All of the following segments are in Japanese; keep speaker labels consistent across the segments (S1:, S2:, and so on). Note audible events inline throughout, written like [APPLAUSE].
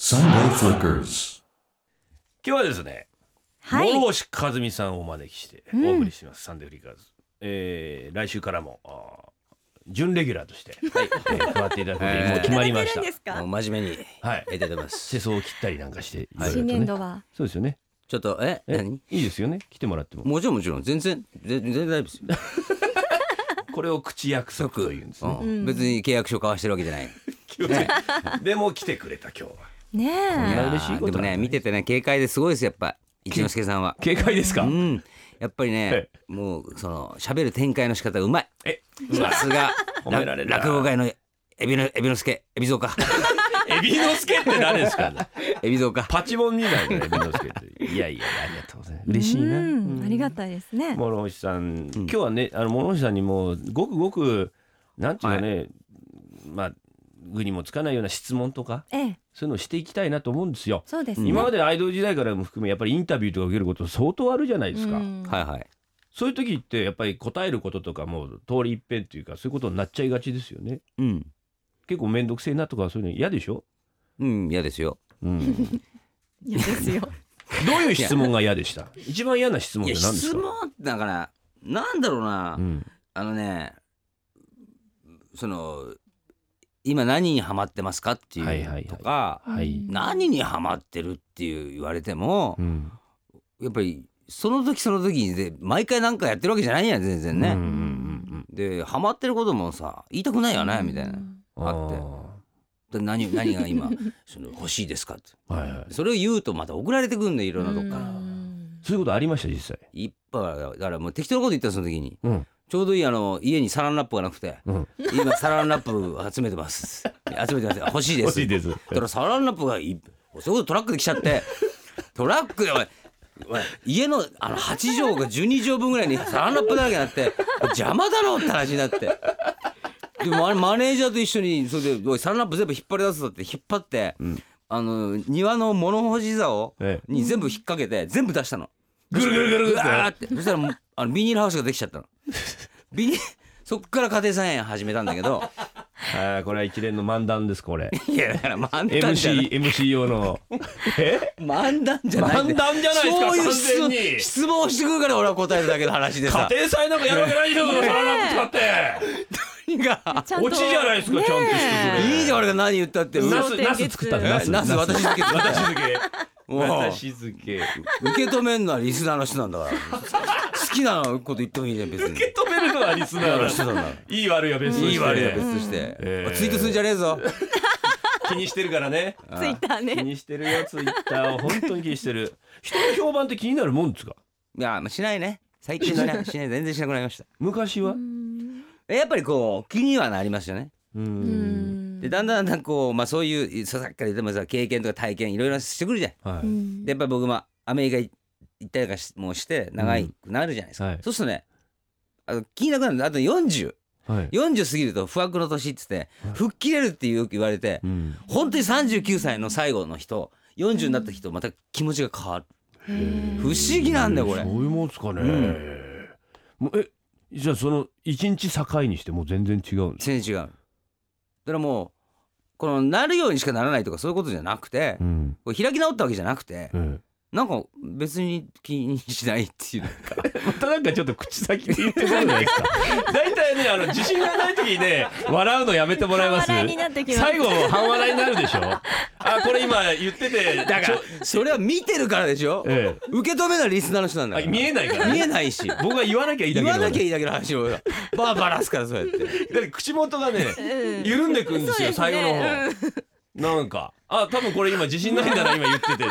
S1: Sunday Flickers.
S2: 今日はですね、
S3: はい
S2: 諸星和美さんをお招きしてお送りします、サンデーフリーカーズ、えー来週からもあー準レギュラーとして、えー加わっていただくことにもう決まりました
S3: いただけるんです
S4: も
S3: か
S4: う真面目に
S2: はい
S4: やりたいと思います。
S2: 世相を切ったりなんかして、いろいろと
S3: 新
S2: ね
S3: 年度は
S2: そうですよね
S4: ちょっとえ
S2: え
S4: 何？
S2: いいですよね来てもらっても
S4: もちろんもちろん全然全然大丈夫ですよ。
S2: これを口約束というんですね、
S4: うん別に契約書交わしてるわけじゃない。
S2: でも来てくれた今日は
S3: ね
S2: ん
S3: え
S2: な嬉しいことはない
S4: やーでもね見ててね軽快ですごいですやっぱ一之輔さんは。
S2: 警戒ですか、
S4: うんやっぱりね
S2: え
S4: もうその喋る展開の仕方がうまい。
S2: え
S4: さすが
S2: 褒められるな
S4: 落語界のエビのエビの助エ
S2: [LAUGHS]
S4: ビゾウか
S2: エビの助って誰ですか、ね、
S4: エビゾウか。
S2: パチモンみたいなエビの助っていやいやありがとうございます嬉しいな、
S3: うんありがたいですね
S2: 諸星さん、今日はねあの諸星さんにもうごくごくなんていうかね、まあ具にもつかないような質問とか
S3: ええ
S2: そういうのをしていきたいなと思うんですよ。
S3: そうですね
S2: 今までアイドル時代からも含めやっぱりインタビューとか受けること相当あるじゃないですか、
S3: うん
S4: はいはい。
S2: そういう時ってやっぱり答えることとかもう通り一遍というかそういうことになっちゃいがちですよね
S4: うん
S2: 結構面倒くせえなとかそういうの嫌でしょ、
S4: うん嫌ですよ。
S2: うん、ど
S3: いやですよ
S2: ういう質問が嫌でした一番嫌な質問
S4: い
S2: っ
S4: や
S2: て何です
S4: 質
S2: か
S4: 問だからなんだろうな
S2: う。ん
S4: あのねその今何にハマってますかって
S2: はいはいはいいう
S4: とか
S2: はい、
S4: 何にハマってるっていう言われても
S2: うん
S4: やっぱりその時その時で毎回なんかやってるわけじゃないやん全然
S2: うんうん
S4: ね。
S2: うん
S4: でハマってることもさ言いたくないよねみたいな。
S2: うん
S4: あってで何何が
S3: [LAUGHS]
S4: 今その欲しいですかって
S2: あーはいはい
S4: それを言うとまた送られてくるんだよいろんなとこから。
S3: うん
S2: そういうことありました実際。
S4: いっぱいだからもう適当なこと言ったその時に。
S2: うん
S4: ちょうどいいあの家にサランラップがなくて、
S2: うん
S4: 今サランラップ集めてます。集めてます。欲しいです。
S2: 欲しいです
S4: だからサランラップがいそこでトラックで来ちゃって、トラックでおいおい家のあの8畳が12畳分ぐらいにサランラップだらけになって、これ邪魔だろって話になって。でもあれマネージャーと一緒にそれでおいサランラップ全部引っ張り出すぞって引っ張って、あの庭の物干し竿
S2: え
S4: に全部引っ掛けて全部出したの。
S2: ぐるぐるぐるぐる
S4: うわーってそしたらもうあのビニールハウスができちゃったのビニールそっから家庭菜園始めたんだけど
S2: ああこれは一連の漫談です [LAUGHS] これ。
S4: いやだから漫談じゃない
S2: MC MC 用のえ
S4: 漫談じゃない
S2: 漫談じゃないですか
S4: そういう
S2: 完全に
S4: 質質問をしてくるから俺は答えるだけの話で
S2: 家
S4: さ
S2: 庭菜なんかやるわけないでしょそのサランラップ使って。
S4: 何が
S3: ちゃんと
S2: オチじゃないですか
S3: ねえ
S2: ちゃんとして
S4: いいじゃん俺が何言ったってう
S2: ナ
S4: な
S2: スナス作ったんだ
S4: ナ
S2: ナス
S4: ス
S2: ナス
S4: 私だけ
S2: 私付 [LAUGHS] け
S4: もう
S2: 私付け
S4: 受け止めんのはリスナーの人なんだから好きなこと言ってもいいじゃん別に
S2: 受け止めるのはリスナ
S4: 好きな
S2: ー
S4: 人
S2: だ。
S4: なんだか
S2: いい悪いは別とし
S4: ら
S2: て
S4: いい悪いは別として、
S2: えー
S4: ツイートするんじゃねえぞ
S2: 気にしてるからね。
S3: ツイッター
S2: 気
S3: ね
S2: にしてるよツイッターを本当に気にしてる。人の評判って気になるもんですか。
S4: いやまあしないね最近しない [LAUGHS] しない全然しなくなりました
S2: 昔は
S3: う。ん
S4: やっぱりこう気にはなりますよね。
S2: う。
S3: うんん
S4: でだんだんだんこう、まあ、そういうささっきから言ってますが経験とか体験いろいろしてくるじゃん。
S2: は
S3: う
S2: い。
S3: ん
S4: でやっぱり僕もアメリカ行ったりとかしもうして長いくなるじゃないですか。
S2: うんはい
S4: そうするとねあの気になくなるあと4040
S2: はい。
S4: 過ぎると不惑の年っつって
S2: はい
S4: 吹っ切れるってよく言われて
S2: うん。
S4: 本当に39歳の最後の人40になった人また気持ちが変わる不思議なんだよこれ
S2: そういうもんですかね。
S4: うん
S2: もうえじゃあその一日境にしてもう全然違うんです。
S4: 全然違う。だからもうこのなるようにしかならないとかそういうことじゃなくて
S2: うん。
S4: こう開き直ったわけじゃなくて
S2: ええ
S4: なんか別に気にしないっていうか
S2: またなんかちょっと口先で言ってくるじゃないですか。 [LAUGHS] 大体ねあの自信がない時にね笑うのやめてもらいます。
S3: 半笑いになってきます
S2: 最後半笑いになるでし
S3: [LAUGHS]
S2: ょ。あこれ今言っててだ
S4: ちょそれは見てるからでしょ、
S2: え
S4: 受け止めないリスナーの人なんだ
S2: え
S4: か
S2: あ
S4: ら
S2: 見えないから、
S4: 見えないし
S2: 僕が言わなきゃいいだ
S4: [LAUGHS] 言
S2: け
S4: わなきゃ
S2: い
S4: いいだけの話をバーバラすからそうやって
S2: だって口元がね
S3: うん
S2: 緩んでくんですよ
S3: そう
S2: 最後
S3: ね
S2: の方。なんかあ多分これ今自信ないんだな今言っててっ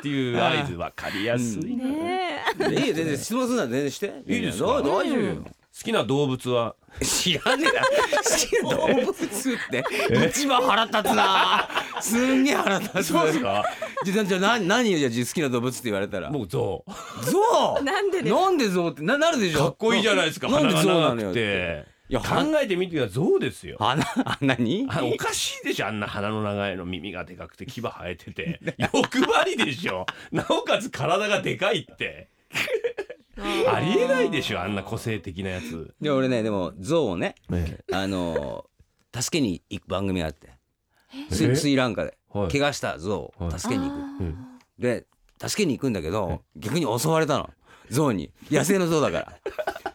S2: ていう合図わかりやすい。
S3: うんねえ
S4: [LAUGHS] いいよ全然質問するなら全然して
S2: いいですか
S4: どう大丈夫よ
S2: 好きな動物は
S4: 知らねえな知らない動物って一番腹立つなすんげえ腹立つ
S2: か
S4: じゃじゃあな何よじゃあ好きな動物って言われたら
S2: 僕ゾウ
S4: ゾウ
S3: なんでです
S4: なんでゾウってななるでしょ
S2: かっこいいじゃないですか
S4: なん
S2: 鼻
S4: で
S2: が
S4: ゾウな
S2: 長
S4: のよ
S2: く
S4: って
S2: て
S4: いや
S2: 考えてみてくださいゾウですよ
S4: 鼻鼻に
S2: あおかしいでしょあんな鼻の長いの耳がでかくて牙生えて
S4: [LAUGHS]
S2: て欲張りでしょなおかつ体がでかいってありえないでしょあんな個性的なやつ、
S4: で俺ねでも象をねあのー助けに行く番組があってス
S2: え
S4: スリランカで
S2: はい
S4: 怪我した象を助けに行く、
S2: うん
S4: で助けに行くんだけど、逆に襲われたの象に野生の象だから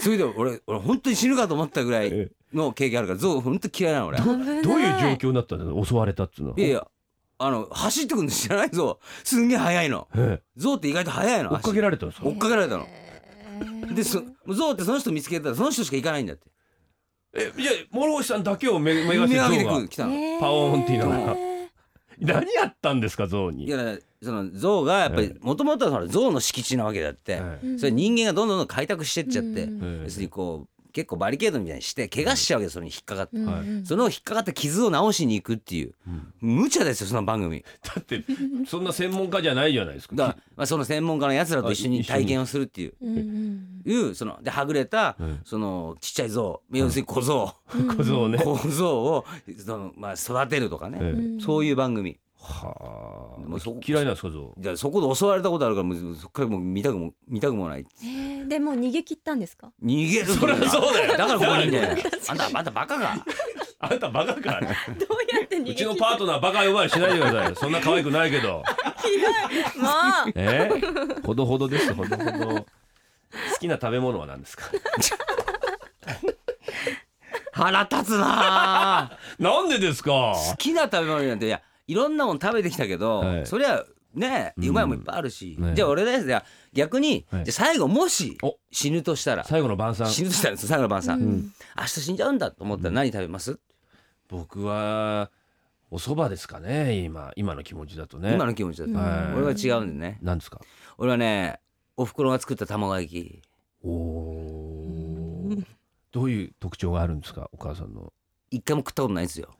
S4: それで俺俺本当に死ぬかと思ったぐらいの経験あるから象本当嫌いなの俺
S3: 危ない
S2: どういう状況だったんだろう襲われたっつうの
S4: いやいやあの走ってくるの知らないぞすんげえ速いの
S2: ええ
S4: 象って意外と速いの
S2: 追っかけられたんですか
S4: 追っかけられたの
S3: え
S4: 足
S3: ー
S4: でそ象ってその人見つけたらその人しか行かないんだって
S2: えいや諸星さんだけをめめが
S4: 胸
S2: け
S4: 上げ
S2: て象
S4: てく
S2: が
S4: る来たの、
S3: えー
S2: パオーンって言いながら何やったんですか象に
S4: いやだからその象がやっぱ
S2: え
S4: りもともとはその象の敷地なわけだって、
S2: は
S3: うん
S4: それ人間がどんどんどん開拓してっちゃって、
S3: うん
S2: ええ
S4: 要するにこう結構バリケードみたいにして怪我しちゃうわけよそれに引っかかって、
S3: うん
S2: はい
S3: うん
S4: その引っかかった傷を治しに行くっていう、
S2: うん
S4: 無茶ですよその番組
S2: だってそんな専門家じゃないじゃないですか
S4: だから、まあ、その専門家のやつらと一緒
S2: あ
S4: に
S2: 一緒に
S4: 体験をするっていう。
S3: うんうん
S4: いうそのではぐれた、
S2: うん
S4: そのちっちゃい象要するに小象、
S2: 小僧ね、
S4: 小象をその、まあ、育てるとかね、
S2: ええ
S3: うん
S4: そういう番組
S2: はあ
S4: もうそこ
S2: 嫌いなんですか象
S4: だからそこで襲われたことあるからもうそっからもう見たくも見たくもない
S3: えーでもう逃げ切ったんですか
S4: 逃げるそりゃそうだよだからここにいん [LAUGHS] だよあんたあんたバカか
S2: あなたバカか
S3: どうやって逃
S2: [LAUGHS] う
S3: げ
S2: ち
S3: 切っ
S2: のパートナーバカ呼ばわりしないでくださいそんな可愛くないけど
S3: たもう
S2: えー、ほどほどですほどほど好きな食べ物は何ですか
S4: 腹立つなあ
S2: なんでですか
S4: 好きな食べ物なんていやいろんなもん食べてきたけど、
S2: はい
S4: そりゃね
S2: うん
S4: うまいもんいっぱいあるし、
S2: ね
S4: じゃあ俺ですよ逆に、
S2: はい
S4: じゃあ最後もし
S2: お
S4: 死ぬとしたら
S2: 最後の晩餐
S4: 死ぬとしたら最後の晩さ、
S3: うん
S4: ん、明日死んじゃうんだと思ったら何食べます、
S2: 僕はお蕎麦ですかね今今の気持ちだとね
S4: 今の気持ちだと、
S2: はい
S4: 俺は違うんでね
S2: 何ですか
S4: 俺はねおふくろが作った卵焼き
S2: おおーどういう特徴があるんですかお母さんの
S4: 一回も食ったことないんですよ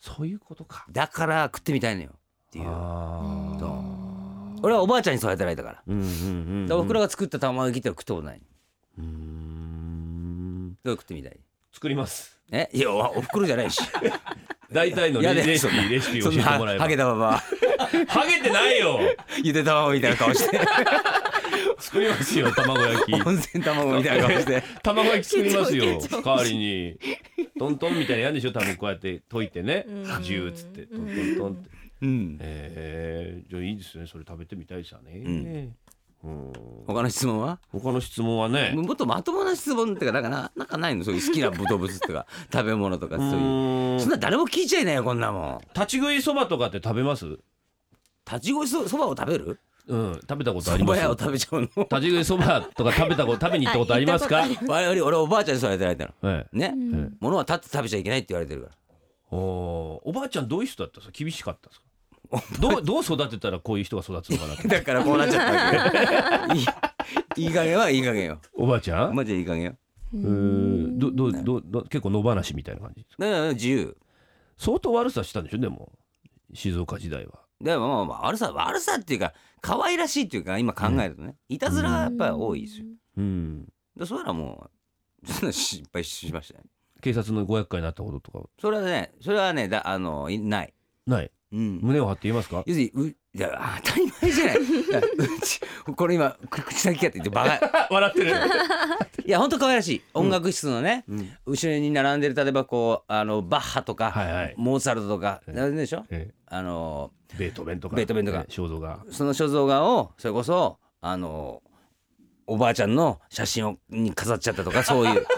S2: そういうことか
S4: だから食ってみたいのよっていう
S2: あ
S4: そう
S3: あ
S4: 俺はおばあちゃんに育てられたから
S2: ーうんうんうんうん
S4: だからおふくろが作った卵焼きってのは食ったことないだか
S2: うーん
S4: ら食ってみたい
S2: 作ります
S4: えいやおおふくろじ
S2: [LAUGHS]
S4: ゃないし
S2: 大体の
S4: いや
S2: レ
S4: で
S2: レシ
S4: そん
S2: ピ
S4: な
S2: レシピ教
S4: そ
S2: え
S4: ん
S2: て
S4: な
S2: もらえば
S4: ハゲたまま
S2: ハゲてないよ
S4: ゆで卵みたいな顔して
S2: [LAUGHS] 作りますよ卵焼き
S4: [LAUGHS] 温泉卵みたいな顔して
S2: 卵焼き作り
S4: [LAUGHS]
S2: ますよ
S3: 緊張緊張
S2: 代わりにトントンみたいなやんでしょ多分こうやって溶いてね
S3: うん
S2: ジューっつってトントントンって
S4: うん
S2: えー、じゃあいいですねそれ食べてみたいですよね、うん
S4: 他の質問は
S2: 他の質問はね
S4: もっとまともな質問っていうかなんかななんかないのそういう好きな動物と [LAUGHS] か食べ物とか
S2: う
S4: そういう
S2: ーん
S4: そんな誰も聞いちゃいないよこんなもん
S2: 立ち食いそばとかって食べます
S4: 立ち食いそそばを食べる
S2: うん食べたことあ
S4: そ
S2: りま
S4: ば
S2: す
S4: 屋を
S2: 立
S4: 食べちゃうの [LAUGHS]
S2: ち食いそばとか食べたこと食べに行ったことありますか
S3: あ行っ
S4: 我々俺おばあちゃんに育てられたの
S2: ええ
S4: ね
S3: うん
S4: 物は立って食べちゃいけないって言われてるから
S2: おーおばあちゃんどういう人だったんですか厳しかったん
S4: [LAUGHS]
S2: ですかどうどう育てたらこういう人が育つのかなと
S4: [LAUGHS] だからこうなっちゃったわけ [LAUGHS] いいいい加減はいい加減よ
S2: おばあちゃん
S4: マジでいい加減よ
S3: う
S2: うんんどどどど結構野放しみたいな感じですか
S4: だから自由
S2: 相当悪さしたんでしょでも静岡時代は
S4: でもまあまあ悪さ悪さっていうか可愛らしいっていうか今考えるとねいたずらがやっぱり多いですよ
S2: うん
S4: でそういうのはもうそんな失敗しましたね
S2: 警察のご厄介になったこととか
S4: それはねそれはねだあのいない
S2: ない
S4: うん
S2: 胸を張って言いますか
S4: 要するにういや当たり前
S2: [LAUGHS]
S4: じゃないいやうちこれ今く口先かって言ってバ
S2: [LAUGHS]
S4: カ
S2: 笑
S4: [LAUGHS]
S2: ってる。
S4: いや本当可愛らしい音楽室のね、
S2: うん
S4: 後ろに並んでる例えばこうあのバッハとか、
S2: はいはい
S4: モーツァルトとか
S2: ええ
S4: なんでしょ
S2: え
S4: あの
S2: えベートーベンとか。
S4: ベートーベンとか
S2: ええ肖像画。
S4: その肖像画をそれこそあのおばあちゃんの写真をに飾っちゃったとかそういう [LAUGHS]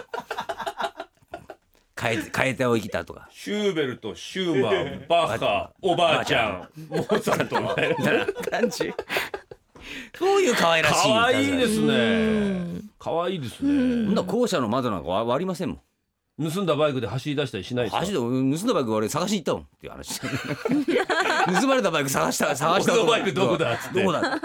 S4: 変え変えておいたとか
S2: シューベルト、シューマン、バ
S4: [LAUGHS]
S2: ッハ、おばあちゃん、モーツァルトみたい
S4: みたい
S2: な。
S4: な感じそういう可愛らしい
S2: 可愛いで
S4: ね
S2: すね。可愛いです
S4: そんな
S2: ね。
S4: 校舎の窓なんか割割りませんもん
S2: 盗んだバイクで走り出したりしないですか。
S4: 走って俺盗んだバイク俺探しに行ったもんっていう話
S2: [LAUGHS]
S4: 盗まれたバイク探した探した
S2: 俺のバイクどこだっつって
S4: どこだ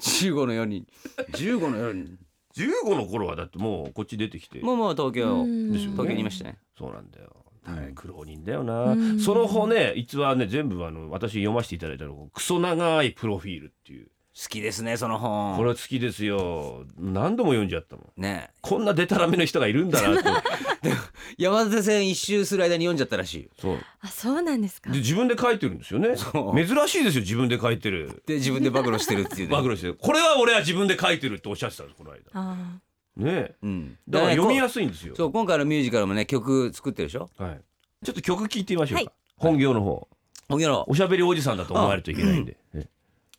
S4: 15の4に15の4に
S2: 十五の頃はだってもうこっち出てきて。
S4: もうもう東京
S3: うん
S2: ですよね
S4: 東京にいましたね
S2: そうなんだよ。
S4: うん
S2: はい苦労人だよな
S3: う。ん
S2: その方ね、逸話ね、全部あの私読ませていただいたの、クソ長いプロフィールっていう。
S4: 好きですねその
S2: こ
S4: 本
S2: れは好きですよ。何度も読んじゃったもん。
S4: ね
S2: こんなデタラメの人がいるんだなと。
S4: 山手線一周する間に読んじゃったらしいよ
S2: そう。
S3: あそうなんですか
S2: で自分で書いてるんですよね
S4: [LAUGHS] そう
S2: 珍しいですよ自分で書いてる
S4: で自分で暴露してるっていうね
S2: 暴露してるこれは俺は自分で書いてるっておっしゃってたんですこの間
S3: あ
S2: ねえ
S4: うん
S2: だから読みや
S4: す
S2: すいんですよ、
S4: そう今回のミュージカルもね曲作ってるでしょ
S2: はい、ちょっと曲聴いてみましょうか、
S3: はい
S2: 本業の方
S4: ほんげろ
S2: おしゃべりおじさんだと思われるといけないんで、え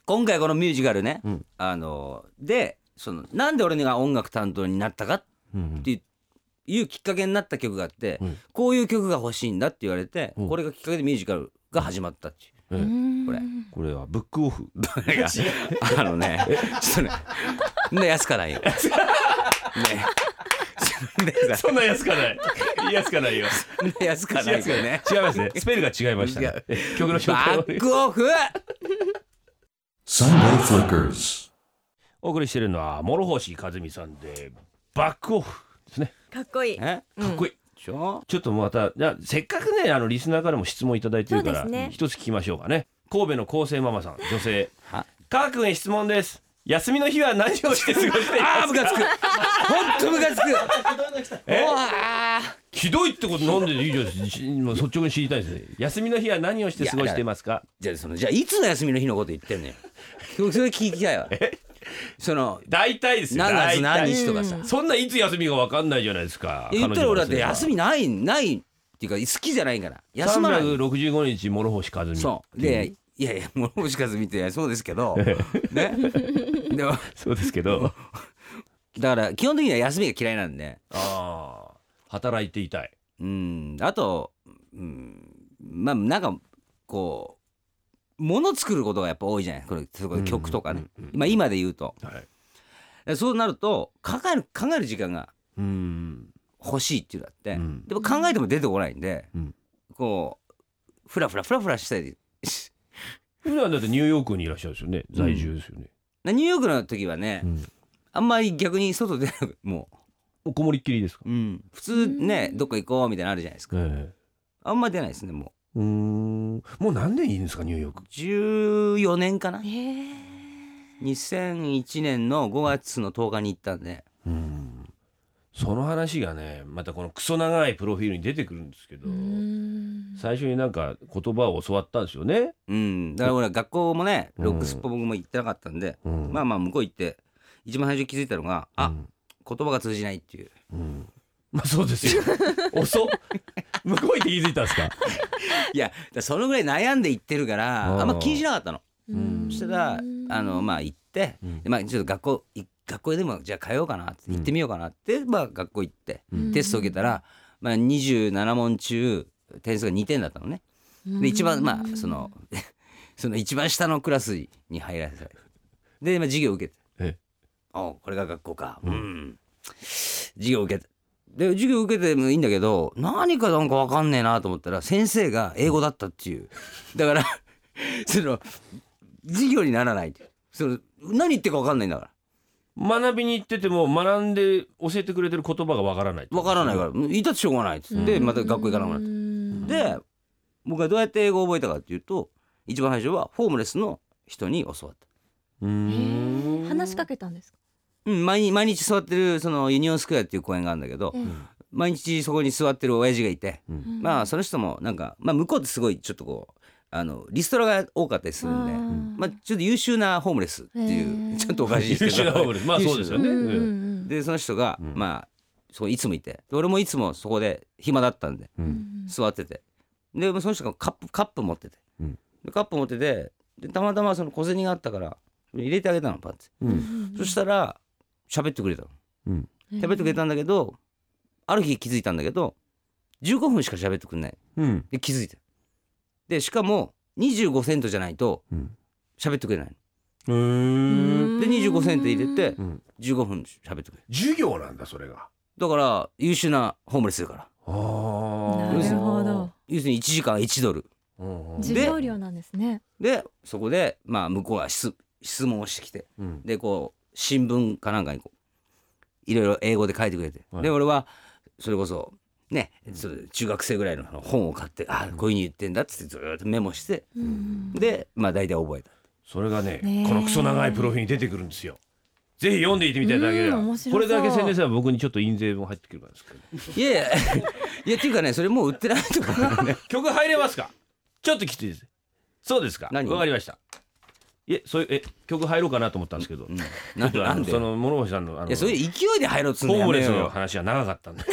S4: 今回このミュージカルね、
S2: うん
S4: あのでそのなんで俺が音楽担当になったかっ
S2: うんうん
S4: ていう,、きっかけになった曲があって、
S2: うん
S4: こういう曲が欲しいんだって言われて、
S2: うん
S4: これがきっかけでミュージカルが始まっ
S2: [LAUGHS]
S4: たっていう。
S2: え
S3: うん
S4: これ
S2: これはブックオフ
S4: [LAUGHS] あのね、ちょっとね、そんな安
S2: [LAUGHS]
S4: かないよ。ね、そんな安か
S2: そんな安かない安かないよ
S4: そんな安かないよね。
S2: 違いますねスペルが違いました、ね、曲の紹介
S4: バ
S2: を
S4: ックオフ
S1: Sunday Flickers.
S2: お送りしてるのは諸星和美さんでバックオフですね
S3: かっこいい。
S4: え
S2: かっこいい、
S4: でしょ
S2: ちょっとまたじゃあせっかくねあのリスナーからも質問いただいてるか
S3: そ
S2: ら、
S3: うですね
S2: 一つ聞きましょうかね神戸の高生ママさん女性
S4: は
S2: 科学へ質問です休みの日は何をして過ごしていま
S4: [LAUGHS] ああ、
S2: す
S4: ム
S2: か
S4: カつく本当ムカつく [LAUGHS]
S2: え
S4: うわー
S2: ひどいってことなんでいいじゃんしもう率直に知りたいですね休みの日は何をして過ごしていますか
S4: じゃあ、その、じゃあ、いつの休みの日のこと言ってんのよ。それ聞きたいわ。その、
S2: 大体ですよ
S4: 何月
S2: 大
S4: 何
S2: 体
S4: 日とかさ。
S2: そんないつ休みが分かんないじゃないですか
S4: 言ったら俺だって休
S2: み
S4: みない、ないっていうか、好きじゃないから。休まない。
S2: 365日諸星和美
S4: そうでいやいや諸星和見てそうです
S2: [LAUGHS]
S4: けどねでも
S2: そうですけど
S4: だから基本的には休みが嫌いなんで
S2: あー働いていたい
S4: うんあとうんまあなんかこう物作ることがやっぱ多いじゃないこれそこで曲とかね、
S2: うんうんうんうん
S4: まあ、今で言うと
S2: はい
S4: そうなると考える考える時間が
S2: うん
S4: 欲しいっていうのがあって、
S2: うん
S4: でも考えても出てこないんで、
S2: うん
S4: こうフラフラフラフラしたり
S2: 普段だってニューヨークにいらっしゃるんですよね在住ですよね、
S4: [LAUGHS] ニューヨークの時はね、
S2: うん
S4: あんまり逆に外出なくもう
S2: おこもりっきりですか、
S4: うん、普通ねどっか行こうみたいなのあるじゃないですか
S2: ええ
S4: あんま出ないですねも
S2: うーんもう何年いるんですかニューヨーク
S4: う14年かな
S3: ええ。
S4: 2001年の5月の10日に行ったんで
S2: うんその話がねまたこのクソ長いプロフィールに出てくるんですけど
S3: うん
S2: 最初になんか言葉を教わったんですよね、
S4: うんだから俺は学校もね
S2: うん
S4: ロックスポ僕も行ってなかったんで、
S2: うん
S4: まあまあ向こう行って一番最初に気づいたのが、
S2: う
S4: あ
S2: ん
S4: 言葉が通じないっていう [LAUGHS]
S2: うんまあそう [LAUGHS] ですよ遅っ向こう行って気づいたんですか
S4: いやだからそのぐらい悩んで行ってるから
S2: あー
S4: あんま気にしなかったの
S2: うん
S4: そしたらあのまあ行って、
S2: うん
S4: まあちょっと学校い学校でもじゃあ通おうかなって行ってみようかなって、まあ学校行って
S2: うん
S4: テスト受けたら、まあ、27問中点数が2点だったのね。で一番まあその [LAUGHS] その一番下のクラスに入らされで、まあ、授業受け
S2: え
S4: てあこれが学校かう
S2: うん
S4: ん、授業受けてで授業受けてもいいんだけど何かなんか分かんねえなと思ったら先生が英語だったっていうだから [LAUGHS] その授業にならないその何言ってるか分かんないんだから
S2: 学びに行ってても学んで教えてくれてる言葉がわからない
S4: 分からないかららうんいたってしょうがないっつってまた学校行かなくなった。
S3: な
S4: で僕はどうやって英語を覚えたかっていうと一番最初はホームレスの人に教わった、
S2: うーん
S3: 話しかけたんですか。
S4: うん、毎日毎日座ってるそのユニオンスクエアっていう公園があるんだけど、
S3: ええ
S4: 毎日そこに座ってる親父がいて、
S2: うん
S4: まあその人もなんか、まあ、向こうってすごいちょっとこうあのリストラが多かったりするんで
S3: あー
S4: まあ、ちょっと優秀なホームレスっていう、
S3: へー
S4: ちょっとおかしいですけ
S2: 優
S4: ど
S2: 秀な方ですまあそうですよね、
S3: うんうん
S2: うん
S3: うん
S4: でその人が、
S2: うん
S4: まあそこいつもいてで俺もいつもそこで暇だったんで
S2: うん
S4: 座っててでその人がカップカップ持ってて、
S2: うん
S4: でカップ持っててでたまたまその小銭があったから入れてあげたのパンツ、
S2: うん
S4: そしたら喋ってくれたの
S2: うん
S4: 喋ってくれ
S3: た。
S4: たんだけど、ある日気づいたんだけど15分しか喋ってくんない
S2: うん
S4: で気づいたでしかも25セントじゃないと
S2: うん
S4: 喋ってくれない
S2: へー
S4: ので25セント入れて
S2: うん
S4: 15分喋ってくれ
S2: 授業なんだそれが
S4: るだから優秀なホームレスだから
S2: あー
S3: なるほど。
S4: 要するに1時間1ドル
S2: うんうん
S3: 授業料なんですね。
S4: でそこでまあ向こうは質質問をしてきて
S2: うん
S4: でこう新聞かなんかにこういろいろ英語で書いてくれて、
S2: はい
S4: で俺はそれこそねそれ中学生ぐらいの本を買って、あこういうふうに言ってんだっつってずーっとメモして
S3: うん
S4: でまあ大体覚えた
S2: それがね
S3: ねえ
S2: このクソ長いプロフィールに出てくるんですよぜひ読んでいてみていただければ
S3: うん面白そう
S2: これだけ宣伝すれば僕にちょっと印税も入ってくるからですけど
S4: いやい [LAUGHS] やいやっていうかねそれもう売ってないとかね
S2: 曲入れますかちょっときついですそうですか
S4: 何
S2: わかりましたいえそういうえ曲入ろうかなと思ったんですけど、
S4: うん
S2: ちょ
S4: な
S2: っとあ
S4: な
S2: の
S4: んで
S2: その諸星さんのあの
S4: いやそれ勢いで入ろうっつう
S2: ホームレス
S4: やめ
S2: の
S4: よ
S2: 話は長かったんで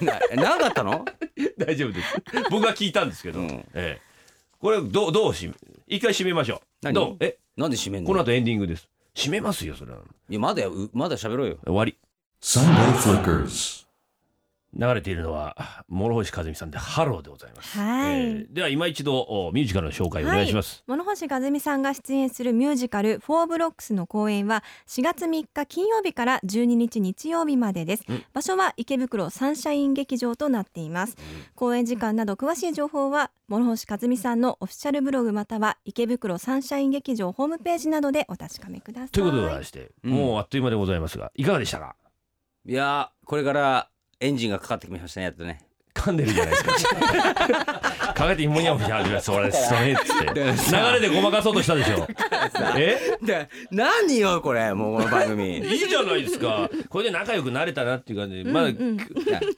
S4: うよ [LAUGHS] な長かったの
S2: [LAUGHS] 大丈夫です僕が聞いたんですけど、
S4: うん
S2: ええこれどうどうし一回締めましょう
S4: 何
S2: どうえ
S4: なんで締めんの
S2: この後エンディングです締めますよそれはい
S4: やまだやうまだ喋ろうよ
S2: 終わり
S1: Sunday Flickers.
S2: 流れているのは諸星和美さんでハローでございます、
S3: は
S2: え
S3: い。
S2: ーでは今一度おミュージカルの紹介お願いします、
S3: 物干し和美さんが出演するミュージカル「フォーブロックス」の公演は4月3日金曜日から12日日曜日までです、
S2: うん
S3: 場所は池袋サンシャイン劇場となっています、公演時間など詳しい情報は物干し和美さんのオフィシャルブログまたは池袋サンシャイン劇場ホームページなどでお確かめください
S2: ということでございまして、
S4: うん
S2: もうあっという間でございますがいかがでしたか
S4: いやーこれからエンジンがかかってきましたねやっ
S2: [LAUGHS]
S4: とね
S2: 噛んでるじゃないですか
S4: [LAUGHS]
S2: かけてもにゃもにゃ始めそれそれっつって
S4: だからさ
S2: 流れでごまかそうとしたでし
S4: [LAUGHS]
S2: ょえ
S4: で何よこれもうこの番 [LAUGHS] 組
S2: いいじゃないですかこれで仲良くなれたなっていう感じでまだ、
S3: うんうん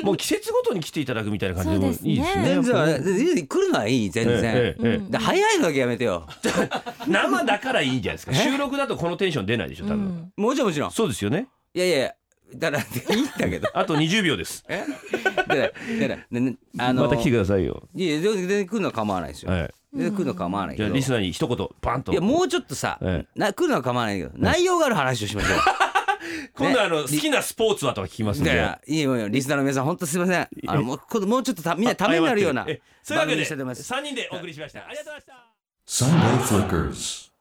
S2: もう季節ごとに来ていただくみたいな感じでもいいですね
S3: そうですね
S4: 全然あ
S2: や
S4: れ
S2: っぱり
S4: 来るのはいい全然、
S2: えええええ
S3: うん
S4: で早いのだけやめてよ
S2: え生だからいいんじゃないですか
S4: え
S2: 収録だとこのテンション出ないでしょ多分、
S5: うん
S4: もちろんもちろん
S2: そうですよね
S4: いやいやだからいいんだけど
S2: あと20秒です
S4: え [LAUGHS] だからだからねねあの
S2: また来てくださいよ、
S4: いや全然来るのは構わないですよ、
S2: はい、
S4: 全然来るのは構わない
S2: じ
S4: け
S2: ゃあ
S4: ど
S2: リスナーに一言バンと
S4: いやもうちょっとさ、
S2: え
S4: な来るのは構わないけど内容がある話をしましょう
S2: 今度はあの好きなスポーツはとか聞き [LAUGHS] ますん
S4: だか
S2: で
S4: らいいよいいよリスナーの皆さん本当すみませんあのもうこもうちょっとたみんなためになるような
S2: ええそういうわ
S4: 番
S2: け
S4: 組
S2: で
S4: にしたいと思います
S2: 3人でお送りしましたありがとうございました
S1: Sunday Flickers.